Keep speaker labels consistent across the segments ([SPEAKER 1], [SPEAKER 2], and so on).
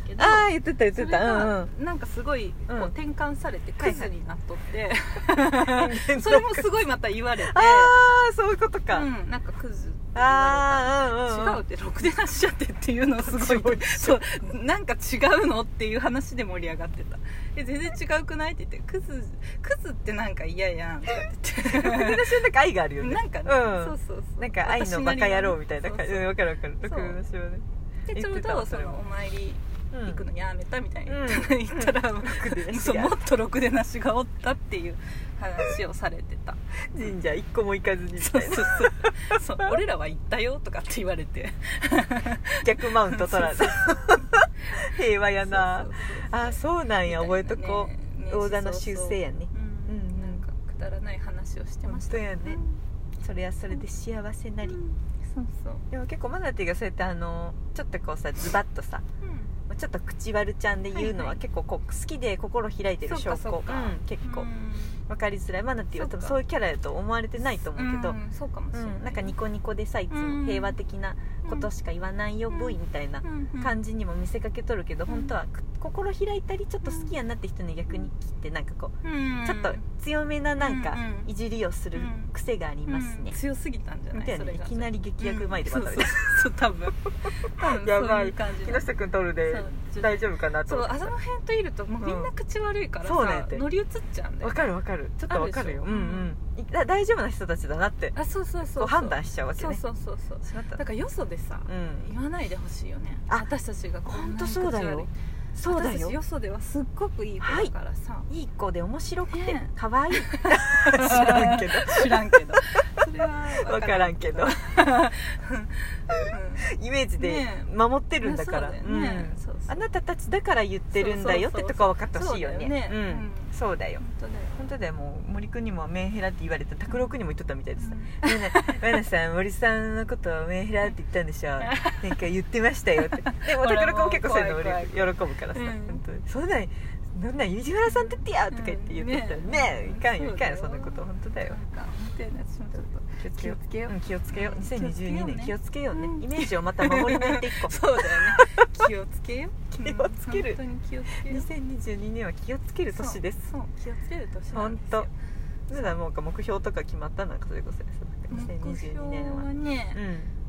[SPEAKER 1] 言ってた言っ
[SPEAKER 2] そ
[SPEAKER 1] て
[SPEAKER 2] れ
[SPEAKER 1] たうんう
[SPEAKER 2] が
[SPEAKER 1] ん
[SPEAKER 2] なんかすごいこう
[SPEAKER 1] うん
[SPEAKER 2] 転換されてクズになっとって、
[SPEAKER 1] は い
[SPEAKER 2] それもすごいまた言われて
[SPEAKER 1] あ あそういうことか、
[SPEAKER 2] うん、なんかクズって言わ
[SPEAKER 1] あ
[SPEAKER 2] れ
[SPEAKER 1] あ
[SPEAKER 2] た
[SPEAKER 1] うんうん
[SPEAKER 2] 違うってろくでなしちゃってっていうのすごいそうなんか違うのっていう話で盛り上がってたえ全然違うくないって言ってクズクズってなんか嫌やんとかって言 って
[SPEAKER 1] 私はなんか愛があるよ ね
[SPEAKER 2] なんかね、
[SPEAKER 1] うん
[SPEAKER 2] そうそうそう
[SPEAKER 1] なんか愛のバカ野郎みたいな感じ
[SPEAKER 2] そう
[SPEAKER 1] うんわかるわかる
[SPEAKER 2] そう
[SPEAKER 1] 特に私はね
[SPEAKER 2] そうでちょ
[SPEAKER 1] 言
[SPEAKER 2] う
[SPEAKER 1] ってた
[SPEAKER 2] ど
[SPEAKER 1] わ
[SPEAKER 2] そ
[SPEAKER 1] それ
[SPEAKER 2] の
[SPEAKER 1] も
[SPEAKER 2] お参り
[SPEAKER 1] うん
[SPEAKER 2] 行くのやめたみたいに
[SPEAKER 1] うん
[SPEAKER 2] 言ったら、
[SPEAKER 1] でなしが
[SPEAKER 2] そうもっとろくでなしがおったっていう話をされてた
[SPEAKER 1] 神社一個も行かずにみ
[SPEAKER 2] そ
[SPEAKER 1] た
[SPEAKER 2] う
[SPEAKER 1] い
[SPEAKER 2] そ
[SPEAKER 1] な
[SPEAKER 2] うそう そう俺らは行ったよとかって言われて
[SPEAKER 1] 逆マウント取らず 平和やな
[SPEAKER 2] そうそうそう
[SPEAKER 1] あそうなんや覚えとこ
[SPEAKER 2] ねね
[SPEAKER 1] うオーダーの修正やね
[SPEAKER 2] う
[SPEAKER 1] うんうん
[SPEAKER 2] んなんかくだらない話をしてました
[SPEAKER 1] 本当やねそれはそれで幸せ
[SPEAKER 2] な
[SPEAKER 1] なり
[SPEAKER 2] そうそう
[SPEAKER 1] でも結構マナティがそうやってあのちょっとこうさズバッとさまあちょっと口悪ちゃんで
[SPEAKER 2] は
[SPEAKER 1] 言うの
[SPEAKER 2] いは
[SPEAKER 1] はい結構こう好きで心開いてる
[SPEAKER 2] そ
[SPEAKER 1] 証
[SPEAKER 2] うか
[SPEAKER 1] 拠
[SPEAKER 2] そうか
[SPEAKER 1] うん結構
[SPEAKER 2] うん
[SPEAKER 1] 分かりづらいマナティは多
[SPEAKER 2] そ
[SPEAKER 1] 分
[SPEAKER 2] うか
[SPEAKER 1] そういうキャラだと思われてないと思うけど
[SPEAKER 2] んそうかもし
[SPEAKER 1] う
[SPEAKER 2] れない
[SPEAKER 1] んなんかニコニコでさいつ
[SPEAKER 2] う
[SPEAKER 1] も
[SPEAKER 2] ん
[SPEAKER 1] 平和的なことしか言わないよ
[SPEAKER 2] うん
[SPEAKER 1] V みたいな
[SPEAKER 2] じ
[SPEAKER 1] 感じにも見せかけとるけど
[SPEAKER 2] うん
[SPEAKER 1] 本当はく心開いたりちょっと好きやなって人に逆に切ってなんかこうちょっと強めななんか
[SPEAKER 2] うんうん
[SPEAKER 1] いじりをする癖がありますね
[SPEAKER 2] 強すぎたんじゃ
[SPEAKER 1] み
[SPEAKER 2] ない
[SPEAKER 1] たい
[SPEAKER 2] そ
[SPEAKER 1] な
[SPEAKER 2] れ
[SPEAKER 1] い
[SPEAKER 2] が
[SPEAKER 1] きなり劇薬うまいで
[SPEAKER 2] そ
[SPEAKER 1] ま
[SPEAKER 2] うそう
[SPEAKER 1] たみたいな
[SPEAKER 2] そう多分多分
[SPEAKER 1] やばい
[SPEAKER 2] そうう感じだ
[SPEAKER 1] 君取る
[SPEAKER 2] そう
[SPEAKER 1] 丈夫かな
[SPEAKER 2] そうあその辺といるともうみんな口悪いから
[SPEAKER 1] うんそうなんや
[SPEAKER 2] さ
[SPEAKER 1] て
[SPEAKER 2] 乗り移っちゃうんだ
[SPEAKER 1] わ
[SPEAKER 2] よ
[SPEAKER 1] かるわかるちょっとわかるよ
[SPEAKER 2] あるでしょ
[SPEAKER 1] うんうんいだ大丈夫な人たちだなって
[SPEAKER 2] あそうそう
[SPEAKER 1] こ
[SPEAKER 2] そうう
[SPEAKER 1] 判断しちゃうわけ
[SPEAKER 2] そう
[SPEAKER 1] ね
[SPEAKER 2] そうそうそう
[SPEAKER 1] しまった
[SPEAKER 2] だからよそでさ
[SPEAKER 1] うん
[SPEAKER 2] 言わないでほしいよね
[SPEAKER 1] あ
[SPEAKER 2] 私たちがこんなに
[SPEAKER 1] 本当そうだ
[SPEAKER 2] 口悪
[SPEAKER 1] よ
[SPEAKER 2] い
[SPEAKER 1] そうだ
[SPEAKER 2] 私た
[SPEAKER 1] よ
[SPEAKER 2] ちよそではすっごくいい子だからさ、
[SPEAKER 1] いい子で面白くて
[SPEAKER 2] ね
[SPEAKER 1] 可愛い
[SPEAKER 2] 知
[SPEAKER 1] らんけど
[SPEAKER 2] 知らんけどそれは
[SPEAKER 1] わからんけど
[SPEAKER 2] わからんうん
[SPEAKER 1] イメージで
[SPEAKER 2] ね
[SPEAKER 1] 守ってるんだから
[SPEAKER 2] そううよね
[SPEAKER 1] ん
[SPEAKER 2] そうそう
[SPEAKER 1] あなたたちだから言ってるんだよっ
[SPEAKER 2] そう
[SPEAKER 1] て
[SPEAKER 2] そうそう
[SPEAKER 1] とこは分かってほしいよ
[SPEAKER 2] そうだ
[SPEAKER 1] ね
[SPEAKER 2] よね
[SPEAKER 1] う
[SPEAKER 2] うん
[SPEAKER 1] んそうだよ
[SPEAKER 2] 本当だよ
[SPEAKER 1] 本当だよもう森君にもメンヘラって言われて拓郎君にも言っとったみたいでさ 「わなわなさん森さんのことをメンヘラって言ったんでしょ」な んか言ってましたよってで
[SPEAKER 2] ほ
[SPEAKER 1] も
[SPEAKER 2] ら
[SPEAKER 1] 拓郎君も結構そういうの
[SPEAKER 2] もう怖い
[SPEAKER 1] 喜ぶからさ「
[SPEAKER 2] うん
[SPEAKER 1] 本当にそんなんそんなん藤原さんだってや」とか言って言ってたら
[SPEAKER 2] うん
[SPEAKER 1] ね
[SPEAKER 2] ね
[SPEAKER 1] いかんよいかんよそ
[SPEAKER 2] そうんだよ
[SPEAKER 1] なこと本当だ
[SPEAKER 2] な
[SPEAKER 1] よ
[SPEAKER 2] んか本当やね私もちょっと
[SPEAKER 1] 気をつけよう
[SPEAKER 2] 気をつけよう
[SPEAKER 1] うん気をつけよう2022年気
[SPEAKER 2] 気
[SPEAKER 1] を
[SPEAKER 2] を
[SPEAKER 1] つけようね
[SPEAKER 2] うん
[SPEAKER 1] イメージをまた守り抜いていこう
[SPEAKER 2] そうだよね気をつけよ
[SPEAKER 1] 気をつける
[SPEAKER 2] うん本当に気をつける
[SPEAKER 1] 2022年は気をつける年です
[SPEAKER 2] そうそう気をつける年なんですよ
[SPEAKER 1] 本普段もうか目標とか決まったなんかそれこそやさ
[SPEAKER 2] 目標
[SPEAKER 1] 2022年は
[SPEAKER 2] はね、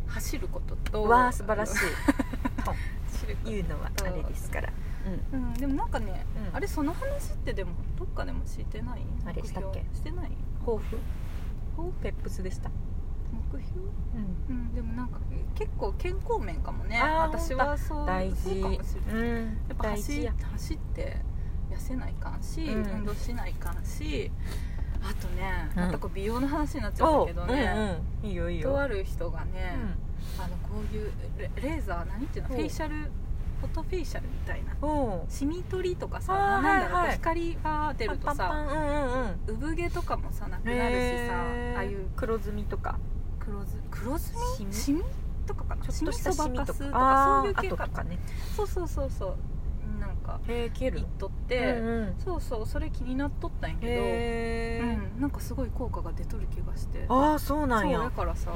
[SPEAKER 1] う
[SPEAKER 2] 走ることと
[SPEAKER 1] んわあ素晴 らしい
[SPEAKER 2] 走ること
[SPEAKER 1] いうのはあれですからうん
[SPEAKER 2] うん、でもなんかね、
[SPEAKER 1] うん
[SPEAKER 2] あれその話ってでもどっかでもしてない
[SPEAKER 1] あれしたっけ
[SPEAKER 2] 目標してない
[SPEAKER 1] 抱負ペップスでした
[SPEAKER 2] 目標うんでもなんか結構健康面かもね
[SPEAKER 1] あー
[SPEAKER 2] 私はそう
[SPEAKER 1] 大事
[SPEAKER 2] そうかもしれない
[SPEAKER 1] うん
[SPEAKER 2] やっぱ
[SPEAKER 1] 大
[SPEAKER 2] 走
[SPEAKER 1] 事や
[SPEAKER 2] 走って痩せないかんし、
[SPEAKER 1] うん
[SPEAKER 2] 運動しないかんしあとね、
[SPEAKER 1] うん
[SPEAKER 2] またこう美容の話になっちゃうん
[SPEAKER 1] お
[SPEAKER 2] だ
[SPEAKER 1] う
[SPEAKER 2] け
[SPEAKER 1] う
[SPEAKER 2] ど
[SPEAKER 1] ん
[SPEAKER 2] ね、
[SPEAKER 1] うんいいよいい
[SPEAKER 2] とあ
[SPEAKER 1] よ
[SPEAKER 2] る人が
[SPEAKER 1] う
[SPEAKER 2] ね、
[SPEAKER 1] ん
[SPEAKER 2] あのこういうレレーザー何っていうの
[SPEAKER 1] お
[SPEAKER 2] フェイシャルフォトフェイシャルみたいな
[SPEAKER 1] おう
[SPEAKER 2] シミ取りとかさ
[SPEAKER 1] あー
[SPEAKER 2] なんだろう、
[SPEAKER 1] はいはい
[SPEAKER 2] 光が出
[SPEAKER 1] パ
[SPEAKER 2] る
[SPEAKER 1] ン
[SPEAKER 2] と
[SPEAKER 1] パンパ
[SPEAKER 2] さ
[SPEAKER 1] ンうんうんうん
[SPEAKER 2] 産毛とかもさなくなるし
[SPEAKER 1] へー
[SPEAKER 2] さああいう
[SPEAKER 1] 黒ずみとか
[SPEAKER 2] 黒ず黒ず
[SPEAKER 1] シミ
[SPEAKER 2] みシミとかかな
[SPEAKER 1] ちょっとしたシ
[SPEAKER 2] シミ
[SPEAKER 1] ミ
[SPEAKER 2] そば
[SPEAKER 1] と
[SPEAKER 2] かす
[SPEAKER 1] か
[SPEAKER 2] と
[SPEAKER 1] あ
[SPEAKER 2] か
[SPEAKER 1] ー
[SPEAKER 2] そういう系
[SPEAKER 1] 跡
[SPEAKER 2] か
[SPEAKER 1] とかね
[SPEAKER 2] そうそうそうそうなんか
[SPEAKER 1] へえ消え
[SPEAKER 2] 行っとって、
[SPEAKER 1] うんうん
[SPEAKER 2] そうそうそれ気になっとったんやけど、
[SPEAKER 1] へ
[SPEAKER 2] う
[SPEAKER 1] え
[SPEAKER 2] ん、なんかすごい効果が出とる気がして
[SPEAKER 1] ああそうなん
[SPEAKER 2] そうだ
[SPEAKER 1] や
[SPEAKER 2] からさ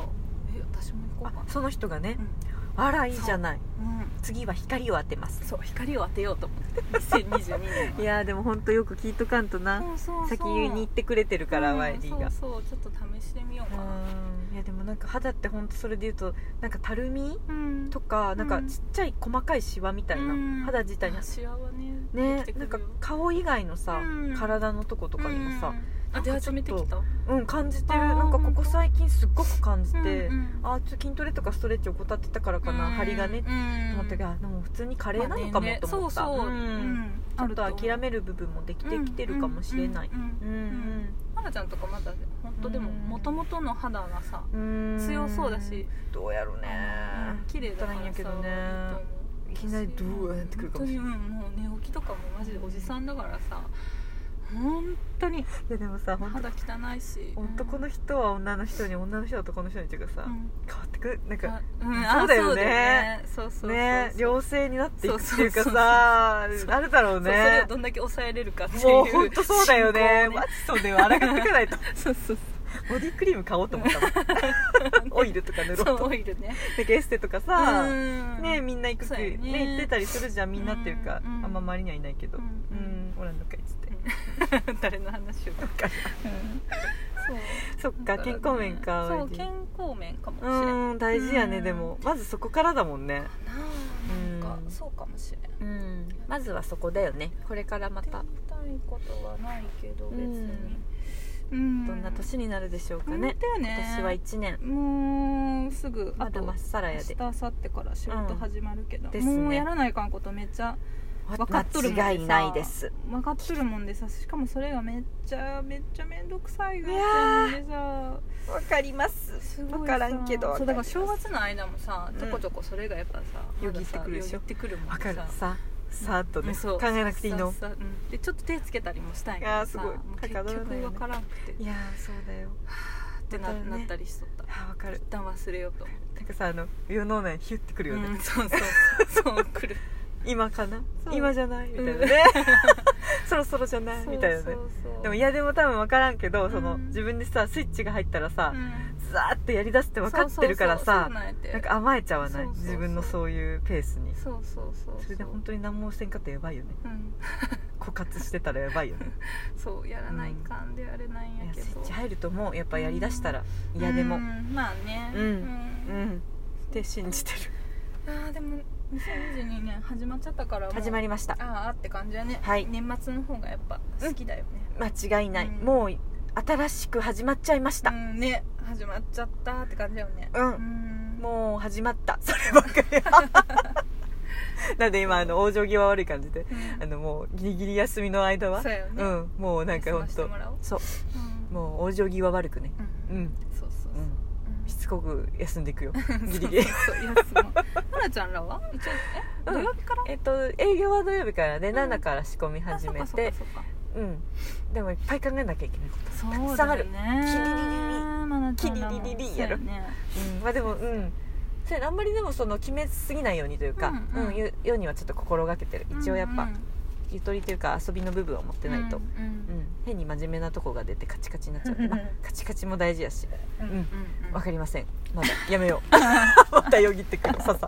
[SPEAKER 2] え私も行こうか
[SPEAKER 1] あその人がねあらいいじゃない
[SPEAKER 2] なうん
[SPEAKER 1] 次は光を当てます
[SPEAKER 2] そう光を当てようと思 って2022年はい
[SPEAKER 1] やーでも本当よく聞いとかんとな
[SPEAKER 2] そうそうそう
[SPEAKER 1] 先に行ってくれてるから
[SPEAKER 2] うん
[SPEAKER 1] ワイリーが
[SPEAKER 2] そうそうちょっと試してみようかな
[SPEAKER 1] うんいやでもなんか肌って本当それで言うとなんかたるみ
[SPEAKER 2] うん
[SPEAKER 1] とかなんか
[SPEAKER 2] うん
[SPEAKER 1] ちっちゃい細かいシワみたいな、
[SPEAKER 2] うん
[SPEAKER 1] 肌自体に
[SPEAKER 2] シワはね
[SPEAKER 1] ね
[SPEAKER 2] できてくる
[SPEAKER 1] なん
[SPEAKER 2] よ
[SPEAKER 1] か顔以外のさ、
[SPEAKER 2] うん
[SPEAKER 1] 体のとことかにも
[SPEAKER 2] う
[SPEAKER 1] さ
[SPEAKER 2] ん、あ出始めてきた
[SPEAKER 1] うん感じてる
[SPEAKER 2] あー
[SPEAKER 1] なんかここ最近すっごく感じて、
[SPEAKER 2] うんうん
[SPEAKER 1] あーちょっと筋トレとかストレッチ怠ってたからかな、
[SPEAKER 2] うん
[SPEAKER 1] 張りがね、と思ったけど
[SPEAKER 2] ま
[SPEAKER 1] あでも普通に加
[SPEAKER 2] あ
[SPEAKER 1] 齢なのかも
[SPEAKER 2] ね
[SPEAKER 1] と思った、
[SPEAKER 2] そうそう
[SPEAKER 1] う
[SPEAKER 2] うん
[SPEAKER 1] んちょっと諦める部分もできてきてるかもしれない、
[SPEAKER 2] うんうんうん
[SPEAKER 1] うん
[SPEAKER 2] ハナちゃんとかまだ本当でも
[SPEAKER 1] うん
[SPEAKER 2] 元々の肌がさ
[SPEAKER 1] うん
[SPEAKER 2] 強そうだし
[SPEAKER 1] どうやろうね
[SPEAKER 2] うん綺麗だからさ
[SPEAKER 1] いいと思うい
[SPEAKER 2] い
[SPEAKER 1] きなりどうやってくるかもしれない
[SPEAKER 2] 本当にうんもう寝起きとかもマジでおじさんだからさ本当に
[SPEAKER 1] いやでもさ本
[SPEAKER 2] 肌
[SPEAKER 1] 当
[SPEAKER 2] 汚いし
[SPEAKER 1] 男の人は女の人に女の人は男の人にっていうかさ、
[SPEAKER 2] うん
[SPEAKER 1] 変わってくるなんか
[SPEAKER 2] あうん
[SPEAKER 1] そうだよね
[SPEAKER 2] あそうねそうそうそうそう
[SPEAKER 1] ね
[SPEAKER 2] そう
[SPEAKER 1] 良性になっていくって
[SPEAKER 2] そうそ
[SPEAKER 1] いうか
[SPEAKER 2] うそうそう
[SPEAKER 1] さ あるだろう
[SPEAKER 2] それ
[SPEAKER 1] ね
[SPEAKER 2] をどんだけ抑えれるかっていう
[SPEAKER 1] もう本当そうだよね
[SPEAKER 2] 進行を
[SPEAKER 1] マジそうだよあらがっていかないと
[SPEAKER 2] そうそうそう
[SPEAKER 1] ボディクリーム買おうと思ったもん オイルとか塗ろう
[SPEAKER 2] そ
[SPEAKER 1] と
[SPEAKER 2] うオ
[SPEAKER 1] なん
[SPEAKER 2] イルね
[SPEAKER 1] かエステとかさ
[SPEAKER 2] うん
[SPEAKER 1] ねみんな行くって、
[SPEAKER 2] そうや
[SPEAKER 1] ね
[SPEAKER 2] ね
[SPEAKER 1] 行ってたりするじゃんみんなっていうか、
[SPEAKER 2] うん
[SPEAKER 1] あんま周りにはいないけど
[SPEAKER 2] う
[SPEAKER 1] うんん、おらんのかいっつって、
[SPEAKER 2] 誰の話を、うん、
[SPEAKER 1] そっか
[SPEAKER 2] そう
[SPEAKER 1] 健康面か
[SPEAKER 2] そう
[SPEAKER 1] オイル
[SPEAKER 2] 健康面かもし
[SPEAKER 1] う
[SPEAKER 2] れん
[SPEAKER 1] ーん大事やね、
[SPEAKER 2] うん
[SPEAKER 1] でもまずそこからだもんね
[SPEAKER 2] なあなん
[SPEAKER 1] う
[SPEAKER 2] か
[SPEAKER 1] ん
[SPEAKER 2] そうかもしれん
[SPEAKER 1] うんまずはそこだよねこれからま
[SPEAKER 2] や
[SPEAKER 1] た
[SPEAKER 2] ってみたいことはないけど別にうん
[SPEAKER 1] どんな年になるでしょうかね
[SPEAKER 2] 本当よね
[SPEAKER 1] 今年は1年
[SPEAKER 2] もうすぐ
[SPEAKER 1] ま
[SPEAKER 2] あ
[SPEAKER 1] だ
[SPEAKER 2] と
[SPEAKER 1] まっさら
[SPEAKER 2] 明
[SPEAKER 1] や
[SPEAKER 2] 日
[SPEAKER 1] で
[SPEAKER 2] 明後日から仕事始まるけど、
[SPEAKER 1] んですね
[SPEAKER 2] もうやらないかんことめっちゃ分かっとるもんでさ
[SPEAKER 1] 間違いないです
[SPEAKER 2] 分かっとるもんでさしかもそれがめっちゃめっちゃめんどくさいなっ
[SPEAKER 1] い
[SPEAKER 2] て
[SPEAKER 1] や
[SPEAKER 2] んでさ
[SPEAKER 1] わかります
[SPEAKER 2] すごいさ
[SPEAKER 1] 分からんけど
[SPEAKER 2] そうだから正月の間もさ
[SPEAKER 1] うん
[SPEAKER 2] ちょこちょこそれがやっぱさ、
[SPEAKER 1] よぎってくるでしょ
[SPEAKER 2] よぎってくるもん
[SPEAKER 1] わかるささーっと
[SPEAKER 2] う
[SPEAKER 1] ね
[SPEAKER 2] んそう
[SPEAKER 1] 考えなくていいの
[SPEAKER 2] ささうんでちょっと手つけたりもしたい
[SPEAKER 1] いやーすごい
[SPEAKER 2] 結
[SPEAKER 1] はかどらない
[SPEAKER 2] 局
[SPEAKER 1] よ
[SPEAKER 2] わ
[SPEAKER 1] ね
[SPEAKER 2] からんくて
[SPEAKER 1] いやーそうだよ
[SPEAKER 2] ってな,、
[SPEAKER 1] わかるね
[SPEAKER 2] ったりしとった
[SPEAKER 1] あーわかる
[SPEAKER 2] 一旦忘れようと思って
[SPEAKER 1] なんかさあの世の中にヒュッてくるよね、
[SPEAKER 2] うん、そうそう そう来る
[SPEAKER 1] 今かな
[SPEAKER 2] そう
[SPEAKER 1] 今じゃないみたいなね、そろそろじゃないみたいなね
[SPEAKER 2] そうそうそう
[SPEAKER 1] でもいやでも多分分からんけど、その
[SPEAKER 2] うん
[SPEAKER 1] 自分でさスイッチが入ったらさ
[SPEAKER 2] う、ん
[SPEAKER 1] ザーってやりだすって分かってるからさ
[SPEAKER 2] そうそうそうそうなんやて
[SPEAKER 1] なんか甘えちゃわない
[SPEAKER 2] そうそうそう
[SPEAKER 1] 自分のそういうペースに
[SPEAKER 2] そうそうそうう
[SPEAKER 1] それで本当に何もせんかったらやばいよね
[SPEAKER 2] うん
[SPEAKER 1] 枯渇してたらやばいよね
[SPEAKER 2] そうやらないかんであれなん
[SPEAKER 1] い
[SPEAKER 2] や
[SPEAKER 1] や
[SPEAKER 2] け
[SPEAKER 1] スイ
[SPEAKER 2] ど
[SPEAKER 1] ッチ入るともうやっぱやりだしたら嫌でも
[SPEAKER 2] う
[SPEAKER 1] うん
[SPEAKER 2] んまあね
[SPEAKER 1] うん
[SPEAKER 2] うん
[SPEAKER 1] って信じてる
[SPEAKER 2] あーでも2022年始まっちゃったからもう
[SPEAKER 1] 始まりました
[SPEAKER 2] あーあって感じやね、
[SPEAKER 1] はい
[SPEAKER 2] 年末の方がやっぱ好きだよね、
[SPEAKER 1] 間違いない、
[SPEAKER 2] うん
[SPEAKER 1] もう新しく始まっちゃいまし
[SPEAKER 2] う
[SPEAKER 1] た、
[SPEAKER 2] ん、ね始まっちゃったって感じだよね
[SPEAKER 1] うん
[SPEAKER 2] ん
[SPEAKER 1] もう始まったそればっかり なんで今あの往生際悪い感じで
[SPEAKER 2] うん、
[SPEAKER 1] あのもうギリギリ休みの間は
[SPEAKER 2] そうやよね
[SPEAKER 1] んもうなんか
[SPEAKER 2] 休
[SPEAKER 1] 本
[SPEAKER 2] ませて
[SPEAKER 1] 当
[SPEAKER 2] もらおう
[SPEAKER 1] そう
[SPEAKER 2] うん
[SPEAKER 1] もう往生際悪くね
[SPEAKER 2] う
[SPEAKER 1] うんん
[SPEAKER 2] そうそうそうう、
[SPEAKER 1] ん
[SPEAKER 2] うん
[SPEAKER 1] しつこく休んでいくよギリギ リ
[SPEAKER 2] そうそう休もうほらちゃんらは一応え
[SPEAKER 1] うん
[SPEAKER 2] 土曜日から
[SPEAKER 1] えっと営業は土曜日からね、
[SPEAKER 2] うん
[SPEAKER 1] 7から仕込み始め
[SPEAKER 2] あそってかそっか
[SPEAKER 1] うんでもいっぱい考えなきゃいけないこ
[SPEAKER 2] そっか
[SPEAKER 1] た
[SPEAKER 2] そ
[SPEAKER 1] く
[SPEAKER 2] う
[SPEAKER 1] さん
[SPEAKER 2] だ
[SPEAKER 1] ある
[SPEAKER 2] よね
[SPEAKER 1] キリリリキリリリリやろ
[SPEAKER 2] そうね
[SPEAKER 1] と、うん、まあでもうんそれあんまりでもその決めすぎないようにというか、
[SPEAKER 2] う
[SPEAKER 1] うんん
[SPEAKER 2] うん
[SPEAKER 1] よ世にはちょっと心がけてる一応やっぱ、
[SPEAKER 2] うんうん
[SPEAKER 1] ゆとりというか遊びの部分を持ってないと、
[SPEAKER 2] うん
[SPEAKER 1] うん変に真面目なとこが出てカチカチになっちゃ う、まあ、カチカチも大事やし
[SPEAKER 2] うん
[SPEAKER 1] うん
[SPEAKER 2] うん
[SPEAKER 1] わかりませんまだや めようまたよぎってくるさ
[SPEAKER 2] そう
[SPEAKER 1] さ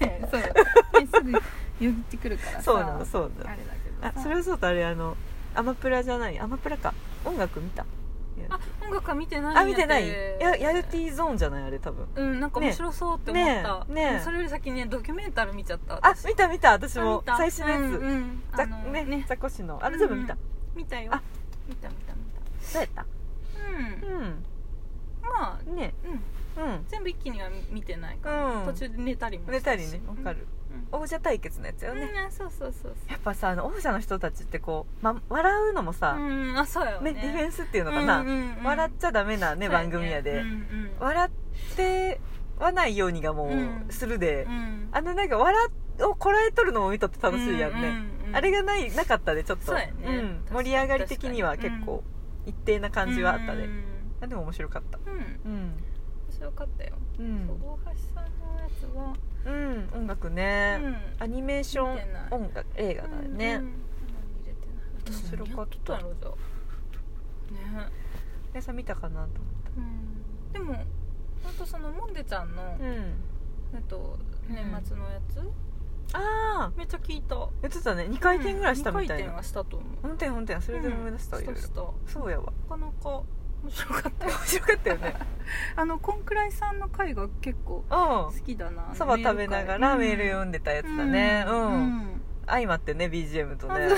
[SPEAKER 2] そうねすぐよぎってくるからさ
[SPEAKER 1] そうなのそうな
[SPEAKER 2] あ
[SPEAKER 1] の
[SPEAKER 2] れだけど
[SPEAKER 1] あ
[SPEAKER 2] さ
[SPEAKER 1] それはそうとあれあのアマプラじゃないアマプラか音楽見た
[SPEAKER 2] あ音楽は見てないんや
[SPEAKER 1] あ見てない
[SPEAKER 2] て
[SPEAKER 1] ややるティーゾーンじゃないあれ多分
[SPEAKER 2] うんなんか面白そうって思った
[SPEAKER 1] ねえねえ
[SPEAKER 2] うんそれより先にねドキュメンタル見ちゃった
[SPEAKER 1] あ
[SPEAKER 2] 私
[SPEAKER 1] 見た見た私
[SPEAKER 2] あ
[SPEAKER 1] も
[SPEAKER 2] 見た
[SPEAKER 1] 最新のや
[SPEAKER 2] うん
[SPEAKER 1] つ
[SPEAKER 2] うん
[SPEAKER 1] ザ
[SPEAKER 2] あの
[SPEAKER 1] ね
[SPEAKER 2] ね
[SPEAKER 1] ザコシのあれ全部見た
[SPEAKER 2] う
[SPEAKER 1] ど
[SPEAKER 2] ん見たよ
[SPEAKER 1] あ
[SPEAKER 2] 見た見た見
[SPEAKER 1] うやった
[SPEAKER 2] たうん
[SPEAKER 1] う
[SPEAKER 2] まあ
[SPEAKER 1] んね
[SPEAKER 2] うん
[SPEAKER 1] うん
[SPEAKER 2] 全部一気には見てないから、
[SPEAKER 1] うん
[SPEAKER 2] 途中で寝たりも
[SPEAKER 1] 寝
[SPEAKER 2] した
[SPEAKER 1] た
[SPEAKER 2] し
[SPEAKER 1] りねわかる
[SPEAKER 2] うんうん
[SPEAKER 1] 王者対決のやつよね
[SPEAKER 2] うんそうそうそう
[SPEAKER 1] やっぱさあの王者の人たちってこうま笑うのも
[SPEAKER 2] そう
[SPEAKER 1] さ
[SPEAKER 2] うんあそうよね
[SPEAKER 1] ねディフェンスっていうのかな
[SPEAKER 2] うんうんうん
[SPEAKER 1] 笑っちゃダメなね
[SPEAKER 2] そうよ
[SPEAKER 1] 番組やで
[SPEAKER 2] うんうん
[SPEAKER 1] 笑ってはないようにがも
[SPEAKER 2] うん
[SPEAKER 1] うするで
[SPEAKER 2] うん
[SPEAKER 1] あのなんか笑をこらえとるのも見とって楽しいやんね
[SPEAKER 2] う
[SPEAKER 1] あれ
[SPEAKER 2] が
[SPEAKER 1] がないなかったでちょっと
[SPEAKER 2] そうやね
[SPEAKER 1] ん
[SPEAKER 2] 確かに
[SPEAKER 1] 盛り上がり的には結構一定な感じはあった
[SPEAKER 2] う
[SPEAKER 1] で
[SPEAKER 2] ん
[SPEAKER 1] あでも面白かった
[SPEAKER 2] うん面
[SPEAKER 1] うん
[SPEAKER 2] 白かったよ、
[SPEAKER 1] う、
[SPEAKER 2] そうん大橋さんのやつは、
[SPEAKER 1] うん、音楽ね、
[SPEAKER 2] うん
[SPEAKER 1] アニメーション
[SPEAKER 2] 見てない
[SPEAKER 1] 音楽映画だよね、
[SPEAKER 2] うんうん入れてない
[SPEAKER 1] 面白かった
[SPEAKER 2] 何やんだろうじゃあね
[SPEAKER 1] 皆さん見たかなと
[SPEAKER 2] うんでも本当そのモンデちゃんの、
[SPEAKER 1] 思ってうん
[SPEAKER 2] えっと年末のやつ、
[SPEAKER 1] ああ
[SPEAKER 2] めっちゃ聞いた
[SPEAKER 1] 言ってたね2回転ぐらいしたみた
[SPEAKER 2] うん二回
[SPEAKER 1] い
[SPEAKER 2] 転
[SPEAKER 1] な
[SPEAKER 2] はしたと思う
[SPEAKER 1] 本転本転それで思い出した、
[SPEAKER 2] うん
[SPEAKER 1] いろいろ
[SPEAKER 2] したし
[SPEAKER 1] そうやわ
[SPEAKER 2] たなかなか面白かったよ
[SPEAKER 1] 面白かっ たよね
[SPEAKER 2] あのこんくらいさんの回が結構好
[SPEAKER 1] う
[SPEAKER 2] きだなん
[SPEAKER 1] そば食べながらメール読
[SPEAKER 2] で
[SPEAKER 1] んでたやつだねうん、相まってね BGM とね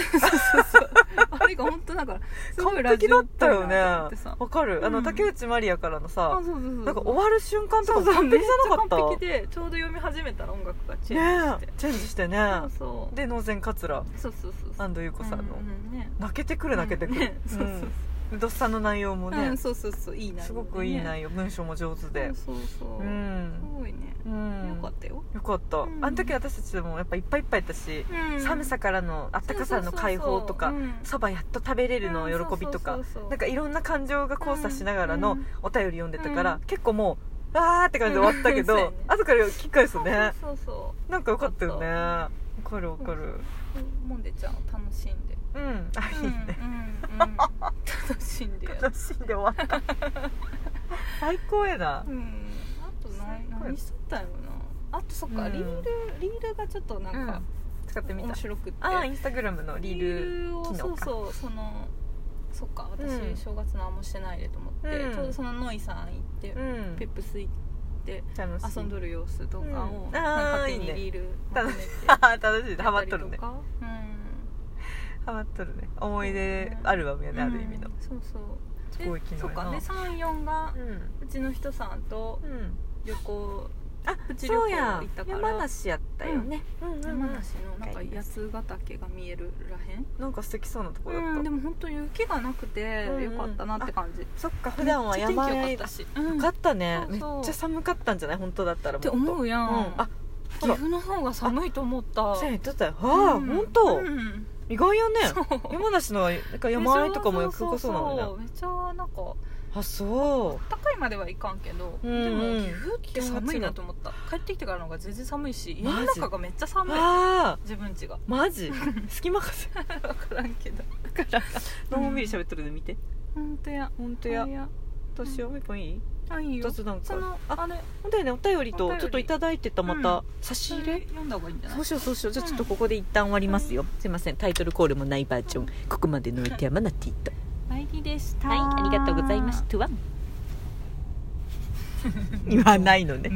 [SPEAKER 2] あれが本当だからすごい
[SPEAKER 1] 完
[SPEAKER 2] ラジ
[SPEAKER 1] 璧だ
[SPEAKER 2] オ
[SPEAKER 1] った
[SPEAKER 2] っぽ
[SPEAKER 1] よね
[SPEAKER 2] いなと思ってさ
[SPEAKER 1] わかる、あ
[SPEAKER 2] う
[SPEAKER 1] の
[SPEAKER 2] ん
[SPEAKER 1] 竹内まりやからの
[SPEAKER 2] あ
[SPEAKER 1] さ
[SPEAKER 2] そうそうそう
[SPEAKER 1] なんか終わる瞬間と
[SPEAKER 2] そうそ
[SPEAKER 1] か
[SPEAKER 2] う
[SPEAKER 1] 完璧じゃなかった
[SPEAKER 2] めちゃ完璧でちょうど読み始めたら音楽がチェンジし
[SPEAKER 1] ね
[SPEAKER 2] て
[SPEAKER 1] え、チェンジしてね
[SPEAKER 2] そうそう
[SPEAKER 1] で能然桂
[SPEAKER 2] そうそうそうそう
[SPEAKER 1] 安藤優子さんの、
[SPEAKER 2] ううんね
[SPEAKER 1] 泣けてくる泣けてく
[SPEAKER 2] うん
[SPEAKER 1] る
[SPEAKER 2] ね、そうそうそう
[SPEAKER 1] うん、どっさんの内容もね、
[SPEAKER 2] うんそうそうそういい内容でね
[SPEAKER 1] すごくいい内容、文章も上手で
[SPEAKER 2] そうそうそう
[SPEAKER 1] う
[SPEAKER 2] す
[SPEAKER 1] ん、
[SPEAKER 2] ごいね
[SPEAKER 1] うん、
[SPEAKER 2] よかったよ
[SPEAKER 1] よかった、
[SPEAKER 2] うん
[SPEAKER 1] あの時私たちでもやっぱいっぱいいっぱいやったし、寒さ
[SPEAKER 2] か
[SPEAKER 1] からのあったかさの解放とかそばやっと食べれ
[SPEAKER 2] て
[SPEAKER 1] るの喜びとかなんかいろんな感情が交差しながら
[SPEAKER 2] う
[SPEAKER 1] の
[SPEAKER 2] ん
[SPEAKER 1] お便り読んでたから、
[SPEAKER 2] うん
[SPEAKER 1] 結構もうあーって感じで終わったけど、
[SPEAKER 2] うんそうやね
[SPEAKER 1] 後から聞き返すとね
[SPEAKER 2] そうそうそう
[SPEAKER 1] なんかよかったよねよかかるわかる
[SPEAKER 2] もんでちゃんを楽しんで
[SPEAKER 1] うんあいいね
[SPEAKER 2] うんうんうん、楽しんでやる
[SPEAKER 1] 楽しんで終わった最高やな
[SPEAKER 2] うんあとな何しとったんやろなあとそっか、
[SPEAKER 1] うん
[SPEAKER 2] リールリールがちょっとなんか、
[SPEAKER 1] 使ってみた
[SPEAKER 2] 面白くって
[SPEAKER 1] ああインスタグラムのリール
[SPEAKER 2] を
[SPEAKER 1] 機
[SPEAKER 2] そ
[SPEAKER 1] 能
[SPEAKER 2] う
[SPEAKER 1] か
[SPEAKER 2] そうそのそっか私、
[SPEAKER 1] うん
[SPEAKER 2] 正月何もしてないでと思って、
[SPEAKER 1] うん
[SPEAKER 2] ちょうどそのノイさん行って、
[SPEAKER 1] うん
[SPEAKER 2] ペップス行って
[SPEAKER 1] 楽しい
[SPEAKER 2] 遊んどる様子とかを、
[SPEAKER 1] うん
[SPEAKER 2] なんか
[SPEAKER 1] あー
[SPEAKER 2] 勝手
[SPEAKER 1] いい
[SPEAKER 2] に
[SPEAKER 1] ね
[SPEAKER 2] リールまと
[SPEAKER 1] 楽
[SPEAKER 2] め
[SPEAKER 1] してい楽しいハマっと
[SPEAKER 2] やた
[SPEAKER 1] る
[SPEAKER 2] り
[SPEAKER 1] ね
[SPEAKER 2] とか
[SPEAKER 1] ハマっとるね思い出アルバムや
[SPEAKER 2] うん
[SPEAKER 1] ねある意味の
[SPEAKER 2] うんそうそう
[SPEAKER 1] すごい機
[SPEAKER 2] でそ
[SPEAKER 1] 能
[SPEAKER 2] っ
[SPEAKER 1] や
[SPEAKER 2] かで
[SPEAKER 1] な
[SPEAKER 2] 34が
[SPEAKER 1] うん
[SPEAKER 2] うちの人さんと
[SPEAKER 1] うん
[SPEAKER 2] 旅行
[SPEAKER 1] あ
[SPEAKER 2] プチ旅
[SPEAKER 1] そ
[SPEAKER 2] 行
[SPEAKER 1] うや
[SPEAKER 2] 行ったから
[SPEAKER 1] 山梨やったよね
[SPEAKER 2] 山梨のなんか
[SPEAKER 1] 帰りま
[SPEAKER 2] 八ヶ岳が見えるらへん
[SPEAKER 1] なんか素敵そうなとこだっ
[SPEAKER 2] うん、で
[SPEAKER 1] た
[SPEAKER 2] も本当に雪がなくて
[SPEAKER 1] うんうん
[SPEAKER 2] よかったなって感じ、
[SPEAKER 1] そっか普段は山
[SPEAKER 2] めっ
[SPEAKER 1] や
[SPEAKER 2] ちゃ天気良
[SPEAKER 1] り
[SPEAKER 2] かったし、
[SPEAKER 1] よ
[SPEAKER 2] よ
[SPEAKER 1] か
[SPEAKER 2] かっ
[SPEAKER 1] ったね
[SPEAKER 2] そ
[SPEAKER 1] め
[SPEAKER 2] う
[SPEAKER 1] っ
[SPEAKER 2] そう
[SPEAKER 1] ちゃ寒かったんじゃない本当だったらも
[SPEAKER 2] て思うや、
[SPEAKER 1] うんんあ
[SPEAKER 2] 岐阜の方が寒いと思った
[SPEAKER 1] そうや言っとったよああ
[SPEAKER 2] うん
[SPEAKER 1] 本当
[SPEAKER 2] うん
[SPEAKER 1] 意外やね
[SPEAKER 2] そう
[SPEAKER 1] 山梨のなんか山あいとかもよく良さそうなの
[SPEAKER 2] そ
[SPEAKER 1] ね
[SPEAKER 2] うめっちゃなんか
[SPEAKER 1] あそ
[SPEAKER 2] 高いまではいかんけど、
[SPEAKER 1] うん
[SPEAKER 2] で
[SPEAKER 1] うん
[SPEAKER 2] も岐阜って寒いなと思った帰ってきてからの方が全然寒いし家の
[SPEAKER 1] マジ
[SPEAKER 2] 中がめっちゃ
[SPEAKER 1] う
[SPEAKER 2] 寒い
[SPEAKER 1] ああ
[SPEAKER 2] 自分家が
[SPEAKER 1] マジ隙間風
[SPEAKER 2] 分からんけど
[SPEAKER 1] のんびり喋っとるで見て
[SPEAKER 2] 本当や
[SPEAKER 1] 本当
[SPEAKER 2] 本
[SPEAKER 1] や
[SPEAKER 2] 当や
[SPEAKER 1] 私はもう一本いい
[SPEAKER 2] あいいよ
[SPEAKER 1] 雑談
[SPEAKER 2] そ
[SPEAKER 1] 会
[SPEAKER 2] のあれ
[SPEAKER 1] 本当やねお便り
[SPEAKER 2] お
[SPEAKER 1] と
[SPEAKER 2] 便り
[SPEAKER 1] ちょっといただいてたま
[SPEAKER 2] う
[SPEAKER 1] た差し入
[SPEAKER 2] 入
[SPEAKER 1] れ
[SPEAKER 2] れ読んだ方がいいんじゃない
[SPEAKER 1] そうしようそうしようじゃあちょっとここで一旦終わりますよ、すいませんタイトルコールもないバージョンここまでのお相手はマナティと
[SPEAKER 2] マイギでした
[SPEAKER 1] はいありがとうございましたわ言わないのね